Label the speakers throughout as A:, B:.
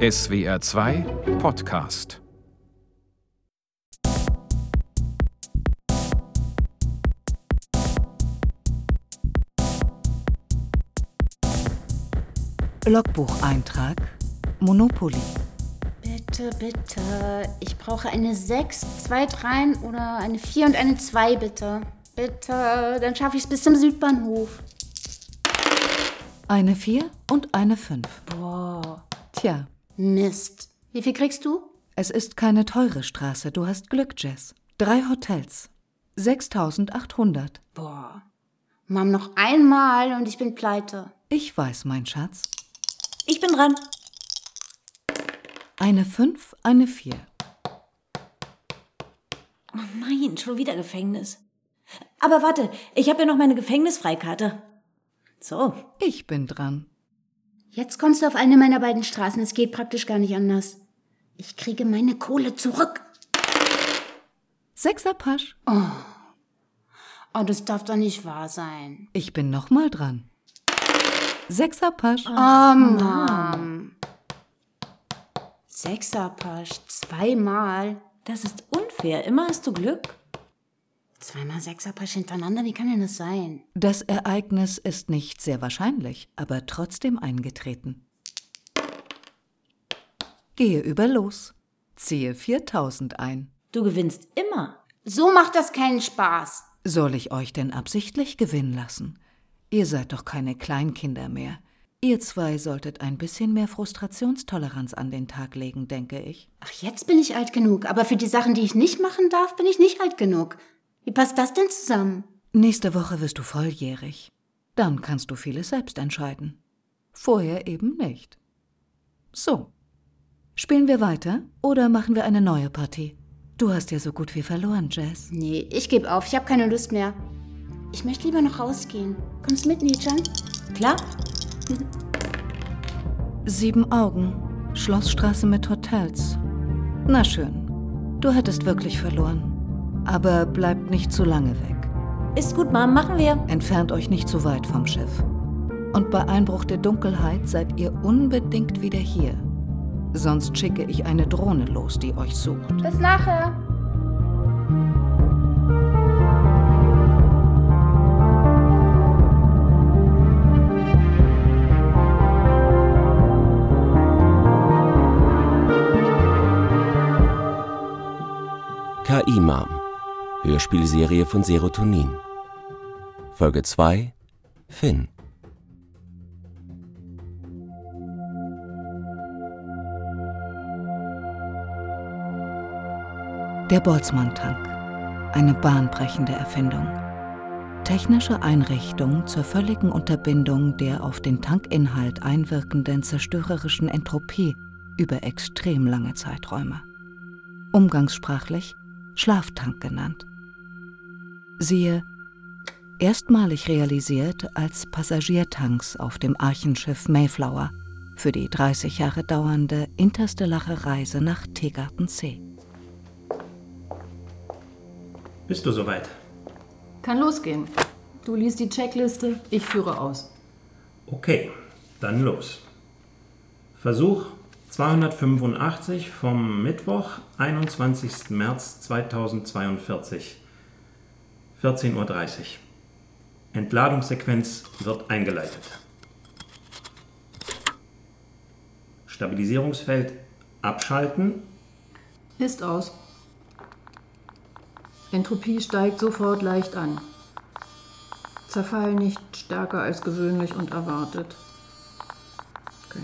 A: SWR 2 Podcast
B: Logbucheintrag Monopoly.
C: Bitte, bitte. Ich brauche eine 6, zwei Dreien oder eine 4 und eine 2, bitte. Bitte, dann schaffe ich es bis zum Südbahnhof.
B: Eine 4 und eine 5.
C: Boah,
B: Tja,
C: Mist. Wie viel kriegst du?
B: es ist keine teure Straße. Du hast Glück, Jess. Drei Hotels. 6800.
C: Boah. Mom, noch einmal und ich bin pleite.
B: Ich weiß, mein Schatz.
D: Ich bin dran.
B: Eine 5, eine 4.
D: Oh nein, schon wieder Gefängnis. Aber warte, ich habe ja noch meine Gefängnisfreikarte. So,
B: Ich bin dran.
C: Jetzt kommst du auf eine meiner beiden Straßen. Es geht praktisch gar nicht anders. Ich kriege meine Kohle zurück.
B: Sechser Pasch.
C: Oh, das darf doch nicht wahr sein.
B: Ich bin nochmal dran. Sechser Pasch.
C: Oh, Mom. Sechserpasch. Zweimal.
D: das ist unfair. Immer hast du Glück.
C: Zweimal Sechserpasch hintereinander? Wie kann denn das sein?
B: Das Ereignis ist nicht sehr wahrscheinlich, aber trotzdem eingetreten. Gehe über los. Ziehe 4000 ein.
D: Du gewinnst immer.
C: So macht das keinen Spaß.
B: Soll ich euch denn absichtlich gewinnen lassen? Ihr seid doch keine Kleinkinder mehr. Ihr zwei solltet ein bisschen mehr Frustrationstoleranz an den Tag legen, denke ich.
C: Ach, jetzt bin ich alt genug. Aber für die Sachen, die ich nicht machen darf, bin ich nicht alt genug. Wie passt das denn zusammen?
B: Nächste Woche wirst du volljährig. Dann kannst du vieles selbst entscheiden. Vorher eben nicht. So. Spielen wir weiter oder machen wir eine neue Partie? Du hast ja so gut wie verloren, Jess.
C: Nee, ich gebe auf. Ich habe keine Lust mehr. Ich möchte lieber noch rausgehen. Kommst mit, Nietzsche?
D: Klar?
B: Sieben Augen. Schlossstraße mit Hotels. Na schön. Du hättest wirklich verloren. Aber bleibt nicht zu lange weg.
D: Ist gut, Mom, machen wir.
B: Entfernt euch nicht zu weit vom Schiff. Und bei Einbruch der Dunkelheit seid ihr unbedingt wieder hier. Sonst schicke ich eine Drohne los, die euch sucht.
C: Bis nachher.
E: KI Mom. Hörspielserie von Serotonin. Folge 2. Finn.
B: Der Boltzmann-Tank. Eine bahnbrechende Erfindung. Technische Einrichtung zur völligen Unterbindung der auf den Tankinhalt einwirkenden zerstörerischen Entropie über extrem lange Zeiträume. Umgangssprachlich Schlaftank genannt. Siehe erstmalig realisiert als Passagiertanks auf dem Archenschiff Mayflower für die 30 Jahre dauernde interstellare Reise nach Tegarten C.
F: Bist du soweit?
G: Kann losgehen. Du liest die Checkliste, ich führe aus.
F: Okay, dann los. Versuch 285 vom Mittwoch, 21. März 2042, 14.30 Uhr. Entladungssequenz wird eingeleitet. Stabilisierungsfeld abschalten.
G: Ist aus. Entropie steigt sofort leicht an. Zerfall nicht stärker als gewöhnlich und erwartet. Okay.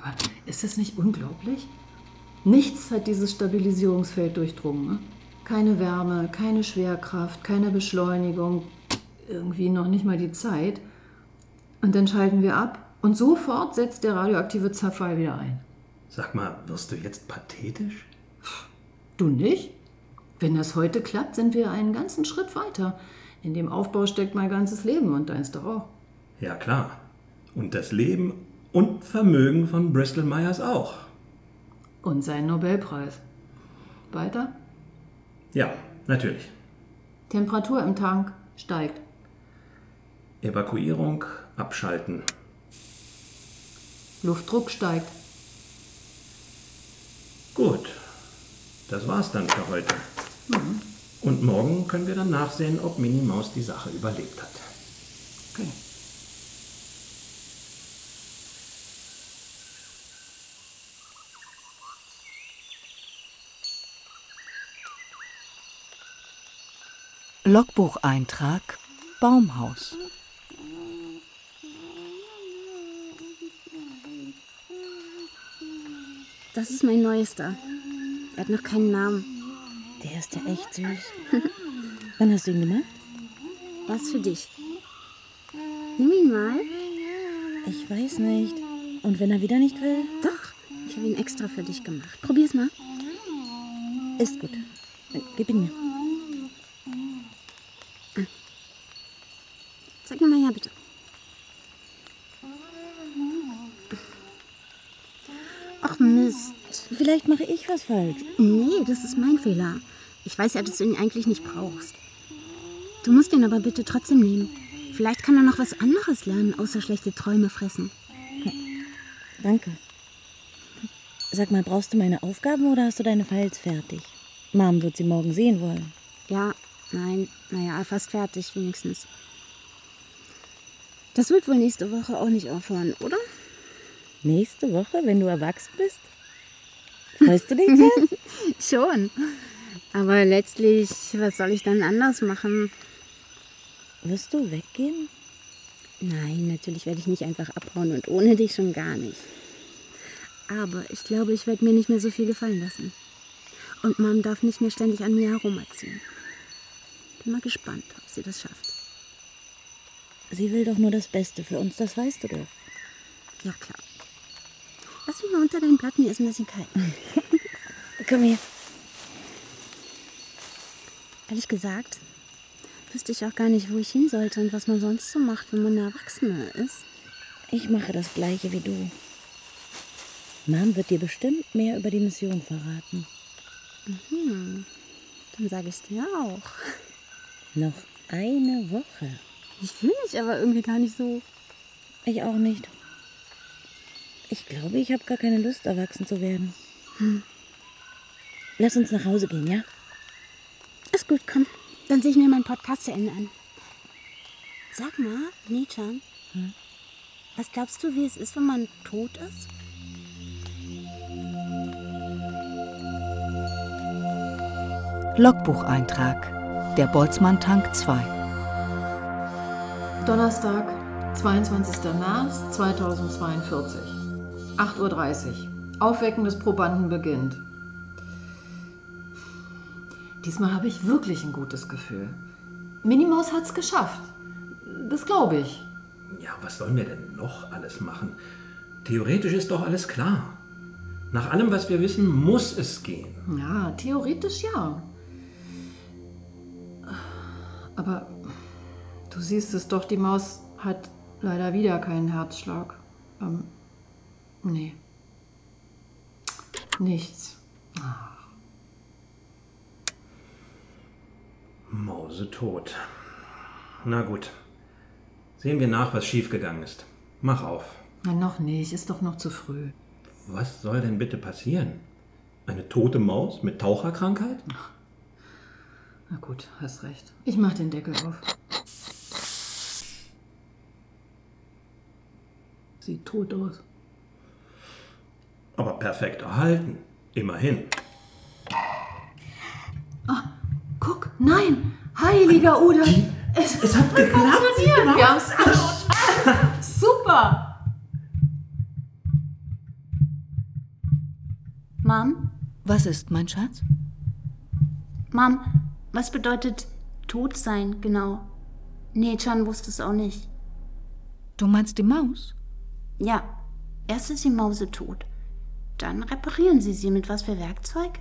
G: Aber ist das nicht unglaublich? Nichts hat dieses Stabilisierungsfeld durchdrungen. Ne? Keine Wärme, keine Schwerkraft, keine Beschleunigung, irgendwie noch nicht mal die Zeit. Und dann schalten wir ab und sofort setzt der radioaktive Zerfall wieder ein.
F: Sag mal, wirst du jetzt pathetisch?
G: Du nicht? Wenn das heute klappt, sind wir einen ganzen Schritt weiter. In dem Aufbau steckt mein ganzes Leben und deins doch auch.
F: Ja klar. Und das Leben und Vermögen von Bristol Myers auch.
G: Und sein Nobelpreis. Weiter?
F: Ja, natürlich.
G: Temperatur im Tank steigt.
F: Evakuierung abschalten.
G: Luftdruck steigt.
F: Das war's dann für heute. Und morgen können wir dann nachsehen, ob Minnie Maus die Sache überlebt hat.
G: Okay.
B: Logbucheintrag Baumhaus.
C: Das ist mein neuester. Er hat noch keinen Namen.
H: Der ist ja echt süß. Wann hast du ihn gemacht?
C: Was für dich. Nimm ihn mal.
H: Ich weiß nicht. Und wenn er wieder nicht will?
C: Doch, ich habe ihn extra für dich gemacht. Probier's mal.
H: Ist gut. Äh, Gib ihn mir.
C: Ah. Zeig mir mal her, bitte. Ach Mist.
H: Vielleicht mache ich was falsch.
C: Nee, das ist mein Fehler. Ich weiß ja, dass du ihn eigentlich nicht brauchst. Du musst ihn aber bitte trotzdem nehmen. Vielleicht kann er noch was anderes lernen, außer schlechte Träume fressen.
H: Danke. Sag mal, brauchst du meine Aufgaben oder hast du deine Files fertig? Mom wird sie morgen sehen wollen.
C: Ja, nein, naja, fast fertig wenigstens. Das wird wohl nächste Woche auch nicht aufhören, oder?
H: Nächste Woche, wenn du erwachsen bist? Freust du dich jetzt?
C: Schon. Aber letztlich, was soll ich dann anders machen?
H: Wirst du weggehen?
C: Nein, natürlich werde ich nicht einfach abhauen und ohne dich schon gar nicht. Aber ich glaube, ich werde mir nicht mehr so viel gefallen lassen. Und Mom darf nicht mehr ständig an mir herumerziehen. Bin mal gespannt, ob sie das schafft.
H: Sie will doch nur das Beste für uns, das weißt du doch.
C: Ja, klar. Lass mich mal unter dein Blatt, mir ist ein bisschen kalt.
H: Komm her.
C: Ehrlich gesagt, wüsste ich auch gar nicht, wo ich hin sollte und was man sonst so macht, wenn man eine Erwachsene ist.
H: Ich mache das gleiche wie du. Mom wird dir bestimmt mehr über die Mission verraten.
C: Dann sage ich es dir auch.
H: Noch eine Woche.
C: Ich fühle mich aber irgendwie gar nicht so.
H: Ich auch nicht. Ich glaube, ich habe gar keine Lust, erwachsen zu werden.
C: Hm.
H: Lass uns nach Hause gehen, ja?
C: Ist gut, komm. Dann sehe ich mir meinen Podcast zu Ende an. Sag mal, Nechan,
H: Hm?
C: was glaubst du, wie es ist, wenn man tot ist?
B: Logbucheintrag Der Boltzmann Tank 2.
G: Donnerstag, 22. März 2042. 8.30 Uhr. Aufwecken des Probanden beginnt. Diesmal habe ich wirklich ein gutes Gefühl. Minimaus hat's geschafft. Das glaube ich.
F: Ja, was sollen wir denn noch alles machen? Theoretisch ist doch alles klar. Nach allem, was wir wissen, muss es gehen.
G: Ja, theoretisch ja. Aber du siehst es doch, die Maus hat leider wieder keinen Herzschlag. Ähm, nee. Nichts.
F: Mause tot. Na gut. Sehen wir nach, was schiefgegangen ist. Mach auf.
G: Na, noch nicht, ist doch noch zu früh.
F: Was soll denn bitte passieren? Eine tote Maus mit Taucherkrankheit?
G: Na gut, hast recht. Ich mach den Deckel auf. Sieht tot aus.
F: Aber perfekt erhalten. Immerhin.
G: Guck, nein! Heiliger Uda! Es, hat geklappt! Wir haben es Super!
C: Mom,
B: Was ist, mein Schatz?
C: Mom, was bedeutet tot sein genau? Nechan wusste es auch nicht.
B: Du meinst die Maus?
C: Ja, erst ist die Mause tot. Dann reparieren sie sie mit was für Werkzeug?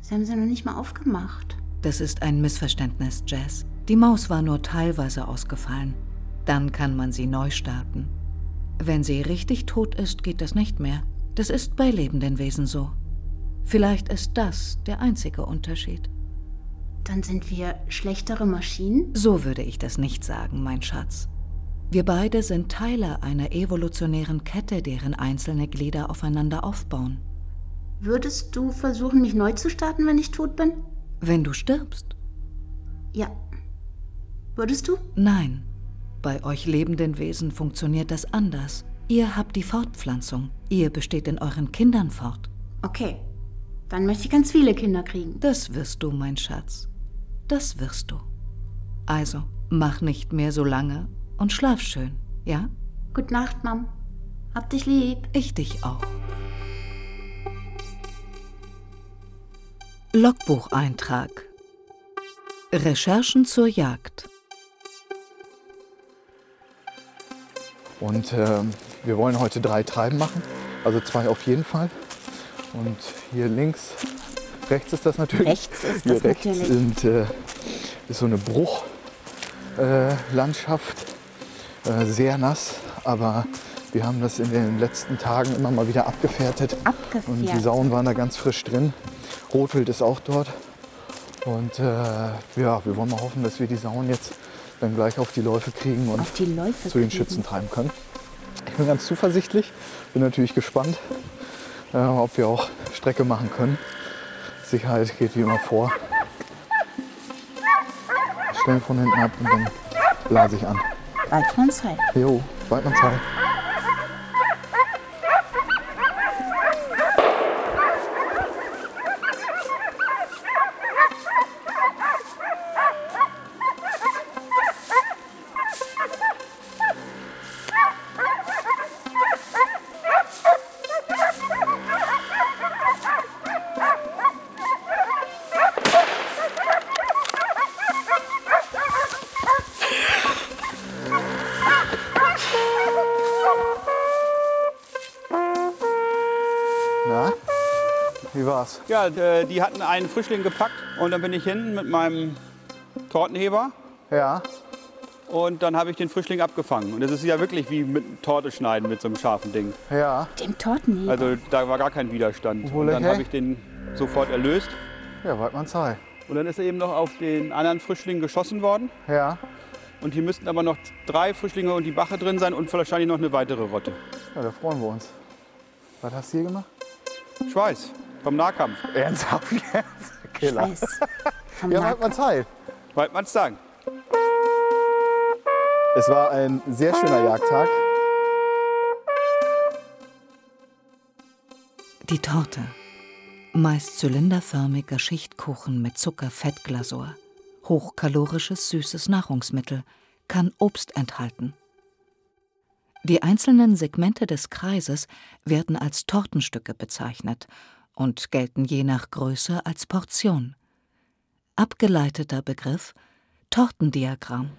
C: Sie haben sie noch nicht mal aufgemacht.
B: Das ist ein Missverständnis, Jazz. Die Maus war nur teilweise ausgefallen. Dann kann man sie neu starten. Wenn sie richtig tot ist, geht das nicht mehr. Das ist bei lebenden Wesen so. Vielleicht ist das der einzige Unterschied.
C: Dann sind wir schlechtere Maschinen?
B: So würde ich das nicht sagen, mein Schatz. Wir beide sind Teile einer evolutionären Kette, deren einzelne Glieder aufeinander aufbauen.
C: Würdest du versuchen, mich neu zu starten, wenn ich tot bin?
B: Wenn du stirbst?
C: Ja. Würdest du?
B: Nein. Bei euch lebenden Wesen funktioniert das anders. Ihr habt die Fortpflanzung. Ihr besteht in euren Kindern fort.
C: Okay. Dann möchte ich ganz viele Kinder kriegen.
B: Das wirst du, mein Schatz. Das wirst du. Also, mach nicht mehr so lange und schlaf schön, ja?
C: Gute Nacht, Mom. Hab dich lieb.
B: Ich dich auch. Logbucheintrag Recherchen zur Jagd
I: Und ähm, wir wollen heute drei Treiben machen, also zwei auf jeden Fall. Und hier links, rechts ist das natürlich.
H: Rechts ist
I: hier
H: das
I: rechts
H: natürlich.
I: Sind, äh, ist so eine Bruchlandschaft, äh, Landschaft. äh, sehr nass, aber wir haben das in den letzten Tagen immer mal wieder abgefährtet.
H: Abgefährt.
I: Und die Sauen waren da ganz frisch drin. Rotwild ist auch dort. Und äh, ja, wir wollen mal hoffen, dass wir die Sauen jetzt dann gleich auf die Läufe kriegen und
H: Auf die Läufe
I: zu den
H: kriegen.
I: Schützen treiben können. Ich bin ganz zuversichtlich, bin natürlich gespannt, äh, ob wir auch Strecke machen können. Sicherheit geht wie immer vor. Stellen von hinten ab und dann blase ich an.
H: Waldmannsheim.
I: Jo, Waldmannsheil. Na, wie war's?
J: Ja, äh, die hatten einen Frischling gepackt und dann bin ich hin mit meinem Tortenheber
I: Ja,
J: und dann habe ich den Frischling abgefangen. Und das ist ja wirklich wie mit Torte schneiden mit so einem scharfen Ding.
I: ja.
C: Dem Torten.
J: Also da war gar kein Widerstand.
I: Wo
J: Und dann
I: lecker.
J: habe ich den sofort erlöst.
I: Ja, Waldmannsheil.
J: Und dann ist er eben noch auf den anderen Frischling geschossen worden.
I: Ja.
J: Und hier müssten aber noch drei Frischlinge und die Bache drin sein und wahrscheinlich noch eine weitere Rotte.
I: ja, da freuen wir uns. Was hast du hier gemacht?
J: Schweiß vom Nahkampf.
I: Ernsthaft jetzt? Killer.
H: Weiß.
I: Ja, Waldmannsheil.
J: Weit man's sagen.
I: Es war ein sehr schöner Jagdtag.
B: Die Torte. Meist zylinderförmiger Schichtkuchen mit Zucker-Fettglasur. Hochkalorisches süßes Nahrungsmittel. Kann Obst enthalten. Die einzelnen Segmente des Kreises werden als Tortenstücke bezeichnet und gelten je nach Größe als Portion. Abgeleiteter Begriff Tortendiagramm.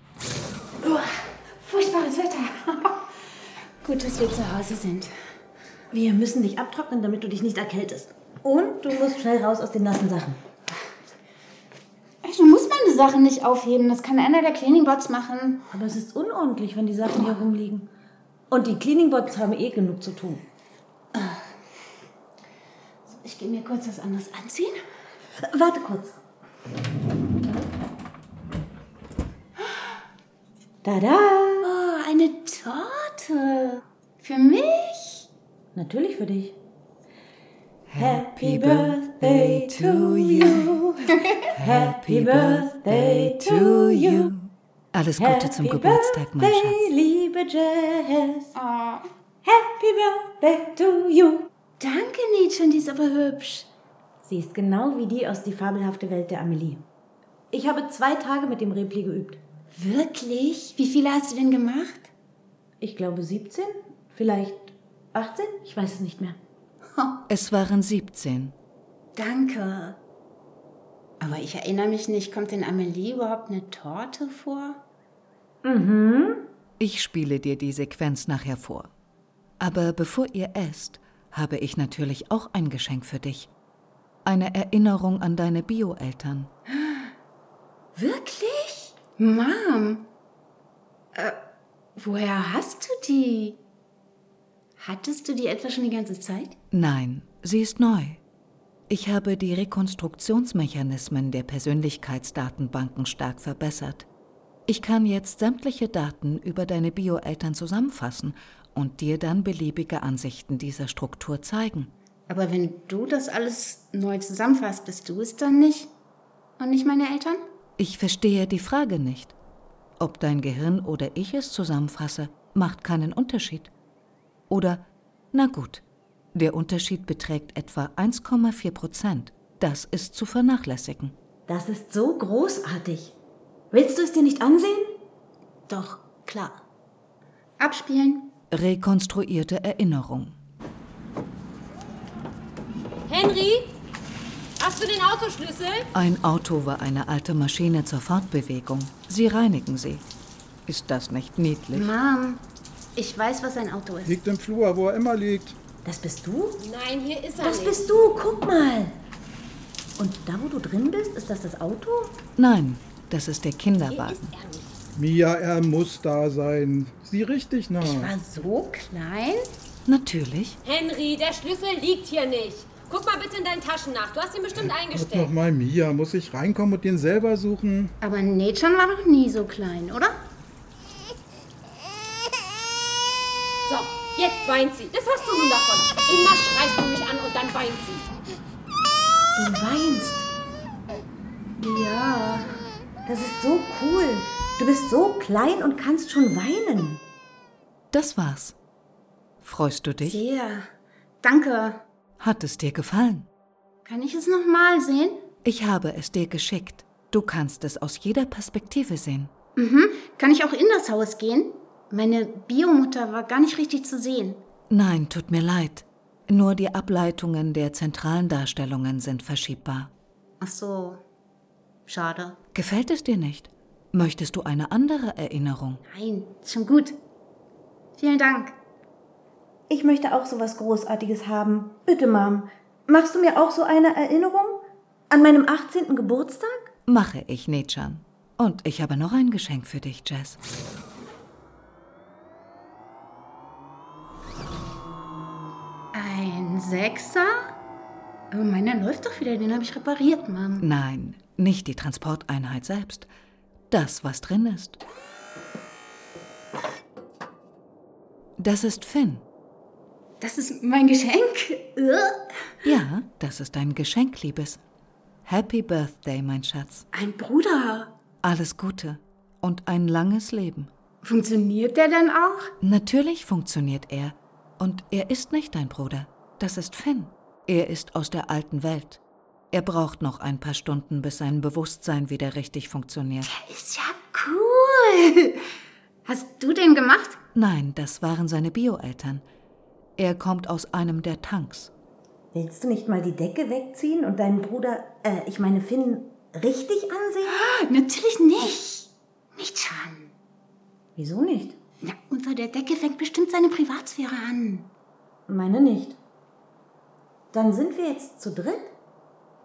D: Furchtbares Wetter.
C: Gut, dass wir zu Hause sind.
D: Wir müssen dich abtrocknen, damit du dich nicht erkältest. Und du musst schnell raus aus den nassen Sachen.
C: Ey, Du musst meine Sachen nicht aufheben. Das kann einer der Cleaning Bots machen.
D: Aber es ist unordentlich, wenn die Sachen hier rumliegen. Und die Cleaning Bots haben eh genug zu tun.
C: Ich gehe mir kurz was anderes anziehen.
D: Warte kurz. Tada!
C: Oh, eine Torte. Für mich?
D: Natürlich für dich.
B: Happy birthday to you. Happy birthday to you. Alles Gute zum Geburtstag, mein Schatz.
D: liebe Jess.
C: Oh,
D: Happy birthday to you.
C: danke, Nietzsche. Die ist aber hübsch.
D: Sie ist genau wie die aus Die fabelhafte Welt der Amelie. Ich habe zwei Tage mit dem Repli geübt.
C: Wirklich? Wie viele hast du denn gemacht?
D: Ich glaube 17, vielleicht 18, ich weiß es nicht mehr.
B: Es waren 17.
C: Danke. Aber ich erinnere mich nicht, kommt in Amelie überhaupt eine Torte vor?
B: Ich spiele dir die Sequenz nachher vor. Aber bevor ihr esst, habe ich natürlich auch ein Geschenk für dich. Eine Erinnerung an deine Bio-Eltern.
C: Wirklich? Mom. Äh, woher hast du die? Hattest du die etwa schon die ganze Zeit?
B: Nein, sie ist neu. Ich habe die Rekonstruktionsmechanismen der Persönlichkeitsdatenbanken stark verbessert. Ich kann jetzt sämtliche Daten über deine Bio-Eltern zusammenfassen und dir dann beliebige Ansichten dieser Struktur zeigen.
C: Aber wenn du das alles neu zusammenfasst, bist du es dann nicht? Und nicht meine Eltern?
B: Ich verstehe die Frage nicht. Ob dein Gehirn oder ich es zusammenfasse, macht keinen Unterschied. Oder, na gut, der Unterschied beträgt etwa 1,4 Prozent. Das ist zu vernachlässigen.
D: Das ist so großartig. Willst du es dir nicht ansehen?
C: Doch, klar. Abspielen.
B: Rekonstruierte Erinnerung.
K: Henry, hast du den Autoschlüssel?
B: Ein Auto war eine alte Maschine zur Fortbewegung. Sie reinigen sie. Ist das nicht niedlich?
C: Mom, ich weiß, was ein Auto ist.
L: Liegt im Flur, wo er immer liegt.
D: Das bist du?
K: Nein, hier ist er.
D: Das
K: nicht.
D: bist du, guck mal. Und da, wo du drin bist, ist das das Auto?
B: Nein, das ist der Kinderwagen.
L: Mia, er muss da sein. Sieh richtig nach.
C: Ich war so klein.
B: Natürlich.
K: Henry, der Schlüssel liegt hier nicht. Guck mal bitte in deinen Taschen nach. Du hast ihn bestimmt
L: Gott,
K: eingesteckt.
L: nochmal Mia. Muss ich reinkommen und den selber suchen?
C: Aber Nathan war noch nie so klein, oder?
K: So, jetzt weint sie. Das hast du nun davon. Immer schreist du mich an und dann weint sie.
D: Du weinst. Ja, das ist so cool. Du bist so klein und kannst schon weinen.
B: Das war's. Freust du dich?
C: Sehr. Danke.
B: Hat es dir gefallen?
C: Kann ich es nochmal sehen?
B: Ich habe es dir geschickt. Du kannst es aus jeder Perspektive sehen.
C: Mhm. Kann ich auch in das Haus gehen? Meine Biomutter war gar nicht richtig zu sehen.
B: Nein, tut mir leid. Nur die Ableitungen der zentralen Darstellungen sind verschiebbar.
C: Ach so. Schade.
B: Gefällt es dir nicht? Möchtest du eine andere Erinnerung?
C: Nein, ist schon gut. Vielen Dank.
D: Ich möchte auch so was Großartiges haben. Bitte, Mom. Machst du mir auch so eine Erinnerung? An meinem 18. Geburtstag?
B: Mache ich, Nechan. Und ich habe noch ein Geschenk für dich, Jess.
C: Ein Sechser? Aber meiner läuft doch wieder, den habe ich repariert, Mom.
B: Nein, nicht die Transporteinheit selbst. Das, was drin ist. Das ist Finn.
C: Das ist mein Geschenk? Äh? Ugh.
B: Ja, das ist ein Geschenk, Liebes. Happy Birthday, mein Schatz.
C: Ein Bruder.
B: Alles Gute und ein langes Leben.
C: Funktioniert der dann auch?
B: Natürlich funktioniert er. Und er ist nicht dein Bruder. Das ist Finn. Er ist aus der alten Welt. Er braucht noch ein paar Stunden, bis sein Bewusstsein wieder richtig funktioniert.
C: Ist ja cool. Hast du den gemacht?
B: Nein, das waren seine Bio-Eltern. Er kommt aus einem der Tanks.
D: Willst du nicht mal die Decke wegziehen und deinen Bruder, äh, ich meine Finn, richtig ansehen?
C: Natürlich nicht. Nicht schon.
D: Wieso nicht?
C: Na, unter der Decke fängt bestimmt seine Privatsphäre an.
D: Meine nicht. Dann sind wir jetzt zu dritt?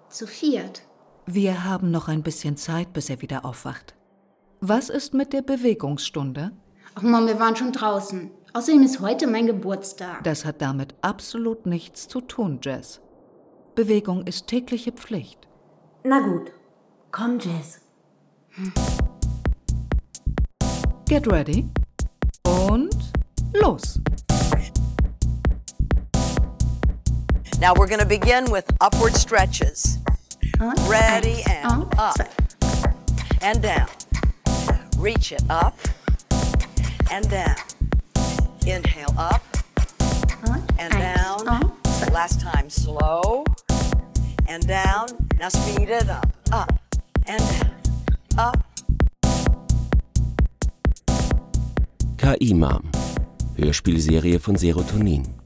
C: Zu viert.
B: Wir haben noch ein bisschen Zeit, bis er wieder aufwacht. Was ist mit der Bewegungsstunde?
C: Ach Mom, wir waren schon draußen. Außerdem ist heute mein Geburtstag.
B: Das hat damit absolut nichts zu tun, Jess. Bewegung ist tägliche Pflicht.
D: Na gut. Komm, Jess.
B: Get ready. Und los.
M: Now we're going to begin with upward stretches. Ready and up. And down. Reach it up. And down. Inhale up. And down. Last time slow. And down. Now speed it up. Up. And down. Up.
E: KI-Mom. Hörspielserie von Serotonin.